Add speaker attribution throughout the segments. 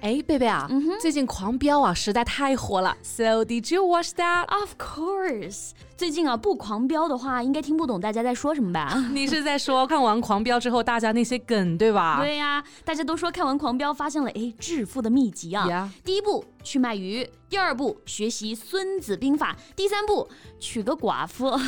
Speaker 1: 哎，贝贝啊，最近《狂飙》啊实在太火了，So did you watch that？
Speaker 2: Of course. 最近啊，不狂飙的话，应该听不懂大家在说什么吧？
Speaker 1: 你是在说看完《狂飙》之后大家那些梗对吧？
Speaker 2: 对呀、大家都说看完《狂飙》发现了哎致富的秘籍啊。
Speaker 1: 呀
Speaker 2: 第一步去卖鱼，第二步学习《孙子兵法》，第三步娶个寡 妇。
Speaker 1: ，All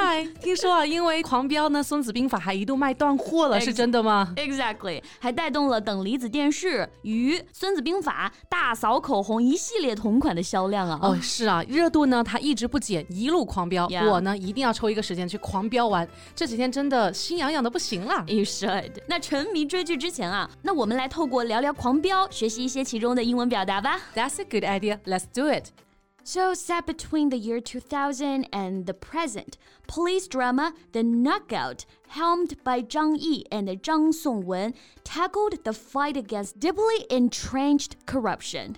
Speaker 1: right，听说啊，因为《狂飙》呢，《孙子兵法》还一度卖断货了，是真的吗？
Speaker 2: Exactly，还带动了等离子电视、鱼、《孙子兵法》、大嫂口红一系列同款的销量啊。
Speaker 1: 哦，是啊，热度呢它一直不减，一路狂飙。
Speaker 2: Yeah
Speaker 1: 我呢一定要抽一个时间去狂飙完，这几天真的心痒痒的不行了。
Speaker 2: You should。那沉迷追剧之前啊，那我们来透过聊聊《狂飙》，学习一些其中的英文表达吧。
Speaker 1: That's a good idea. Let's do it.
Speaker 2: So set between the year 2000 and the present, police drama The Knockout, helmed by Zhang Yi and Zhang Songwen, tackled the fight against deeply entrenched corruption.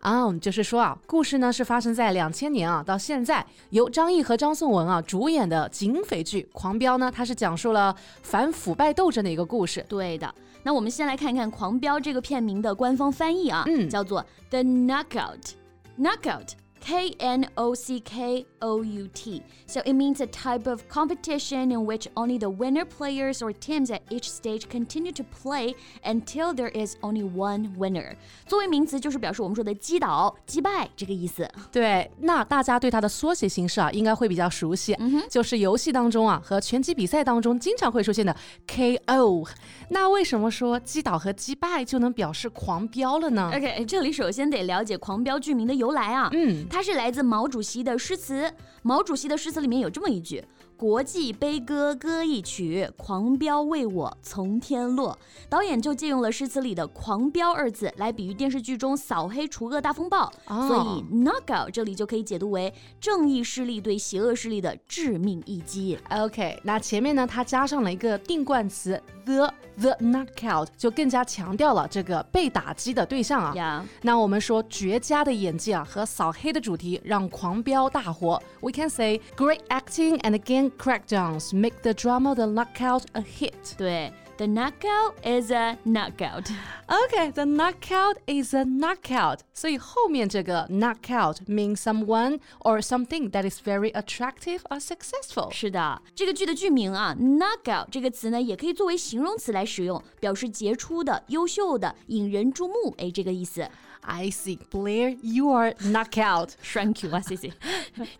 Speaker 1: 啊、就是说啊，故事呢是发生在两千年啊到现在，由张译和张颂文啊主演的警匪剧《狂飙》呢，它是讲述了反腐败斗争的一个故事。
Speaker 2: 对的，那我们先来看看《狂飙》这个片名的官方翻译啊，
Speaker 1: 嗯
Speaker 2: 叫做 The Knockout。Knockout。K N O C K O U T. So it means a type of competition in which only the winner players or teams at each stage continue to play until there is only one winner. 作为名词，就是表示我们说的击倒、击败这个意思。
Speaker 1: 对，那大家对它的缩写形式啊，应该会比较熟悉，
Speaker 2: 嗯
Speaker 1: 就是游戏当中啊和拳击比赛当中经常会出现的 KO。那为什么说击倒和击败就能表示狂飙了呢？
Speaker 2: OK，这哎里首先得了解“狂飙”剧名的由来啊。
Speaker 1: 嗯，
Speaker 2: 它是来自毛主席的诗词。毛主席的诗词里面有这么一句：“国际悲歌歌一曲，狂飙为我从天落。”导演就借用了诗词里的“狂飙”二字来比喻电视剧中扫黑除恶大风暴。
Speaker 1: 哦
Speaker 2: 所以 “knockout” 这里就可以解读为正义势力对邪恶势力的致命一击。
Speaker 1: OK，那前面呢，它加上了一个定冠词 the the knockout，就更加强调了这个被打击的对象啊。
Speaker 2: 呀、
Speaker 1: 那我们说绝佳的演技啊和扫黑的主题让《狂飙》大火。We can say great acting and gang crackdowns make the drama The Knockout a hit.
Speaker 2: 对，“the knockout is a knockout”。
Speaker 1: OK, The Knockout is a knockout. 所以后面这个 knockout means someone or something that is very attractive or successful.
Speaker 2: 是的，这个剧的剧名啊，knockout 这个词呢，也可以作为形容词来使用，表示杰出的、优秀的、引人注目，哎，这个意思。
Speaker 1: I see, Blair, you are knockout.
Speaker 2: Thank you 啊，谢 谢。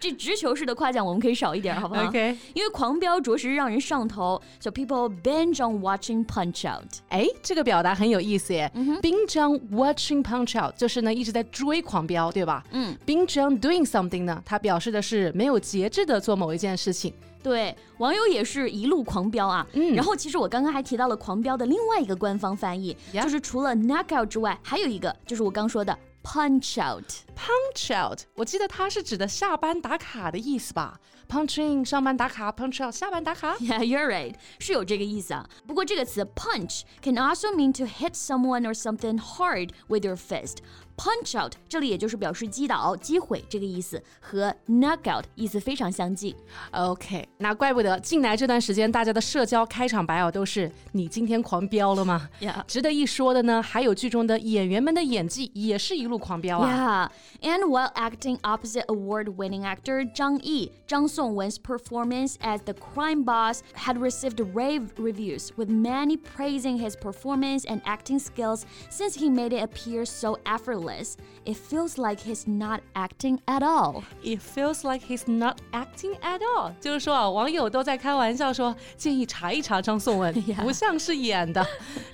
Speaker 2: 这直球式的夸奖我们可以少一点，好不好
Speaker 1: OK
Speaker 2: 因为狂飙着实让人上头，so people binge on watching Punch Out。
Speaker 1: 哎，这个表达很有意思耶。Binge
Speaker 2: 嗯
Speaker 1: on watching Punch Out 就是呢一直在追狂飙，对吧？嗯。Binge on doing something 呢，它表示的是没有节制的做某一件事情。
Speaker 2: 对，网友也是一路狂飙啊。嗯，然后其实我刚刚还提到了狂飙的另外一个官方翻译
Speaker 1: Yeah
Speaker 2: 就是除了 knockout 之外，还有一个就是我刚说的 punch out。
Speaker 1: Punch out，我记得它是指的下班打卡的意思吧？Punch in 上班打卡，Punch out 下班打卡。
Speaker 2: Yeah, you're right，是有这个意思啊。不过这个词 punch can also mean to hit someone or something hard with your fist。Punch out 这里也就是表示击倒、击毁这个意思，和 knockout 意思非常相近。
Speaker 1: OK，那怪不得近来这段时间大家的社交开场白啊都是“你今天狂飙了吗
Speaker 2: Yeah
Speaker 1: 值得一说的呢，还有剧中的演员们的演技也是一路狂飙啊。
Speaker 2: Yeah, and while acting opposite award-winning actor Zhang Yi, Zhang Songwen's performance as the crime boss had received rave reviews, with many praising his performance and acting skills since he made it appear so effortless. It feels like he's not acting at all.
Speaker 1: It feels like he's not acting at all，就是说啊，网友都在开玩笑说，建议查一查张颂文
Speaker 2: Yeah
Speaker 1: 不像是演 的，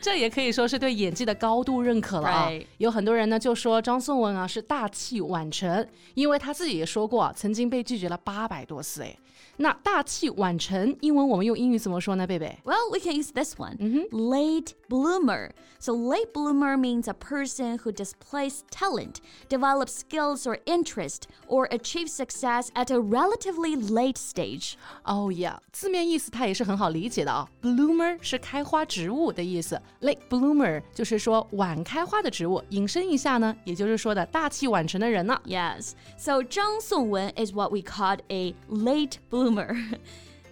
Speaker 1: 这也可以说是对演技的高度认可了啊。
Speaker 2: Right
Speaker 1: 有很多人呢就说张颂文啊是大器晚成，因为他自己也说过、啊，曾经被拒绝了八百多次哎。那大器晚成，英文我们用英语怎么说呢？贝贝
Speaker 2: Well, we can use this one. Late bloomer. So, late bloomer means a person who displays talent, develops skills or interest, or achieves success at a relatively late stage.
Speaker 1: ，Oh yeah，字面意思它也是很好理解的啊。Bloomer 是开花植物的意思，late bloomer 就是说晚开花的植物，引申一下呢，也就是说的大器晚成的人呢、
Speaker 2: Yes. So, Zhang Songwen is what we called a late bloomer.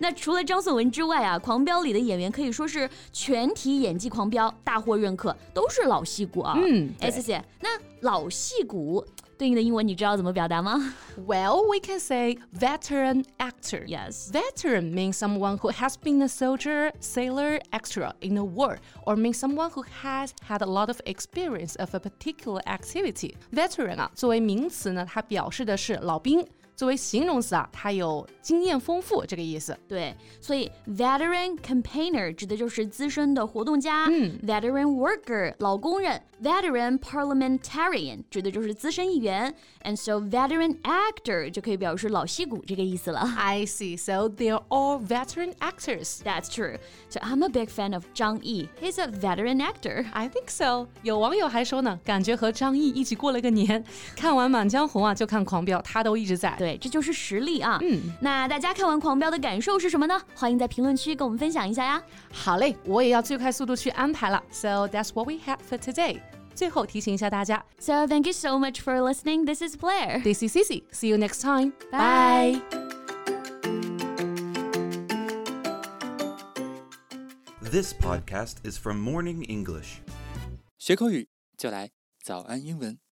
Speaker 2: 那除了张颂文之外啊，《狂飙》里的演员可以说是全体演技狂飙，大获认可，都是老戏骨啊。
Speaker 1: 嗯
Speaker 2: 哎，谢谢。那老戏骨对应的英文你知道怎么表达吗
Speaker 1: Well, we can say veteran actor.
Speaker 2: ？Yes。
Speaker 1: Veteran means someone who has been a soldier, sailor, extra in a war, or means someone who has had a lot of experience of a particular activity. Veteran 啊，作为名词呢，它表示的是老兵；作为形容词啊，它有经验丰富这个意思。
Speaker 2: 对，所以 veteran campaigner 指的就是资深的活动家、v e t e r a n worker 老工人，veteran parliamentarian 指的就是资深议员，and so veteran actor 就可以表示老戏骨这个意思了。
Speaker 1: I see. So they're all veteran actors.
Speaker 2: That's true. So I'm a big fan of Zhang Yi. He's a veteran actor.
Speaker 1: I think so。有网友还说呢，感觉和张译一起过了个年。 看完《满江红》啊，就看《狂飙》，他都一直在。
Speaker 2: 对，这就是实力啊。嗯，那大家看完《狂飙》的感受是什么呢？欢迎在评论区跟我们分享一下呀。
Speaker 1: 好嘞，我也要最快速度去安排了。So that's what we have for today。最后提醒一下大家
Speaker 2: So thank you so much for listening. This is Blair.
Speaker 1: ，This is Cici。See you next time。
Speaker 2: Bye.
Speaker 3: This podcast is from Morning English.
Speaker 4: 学口语就来早安英文。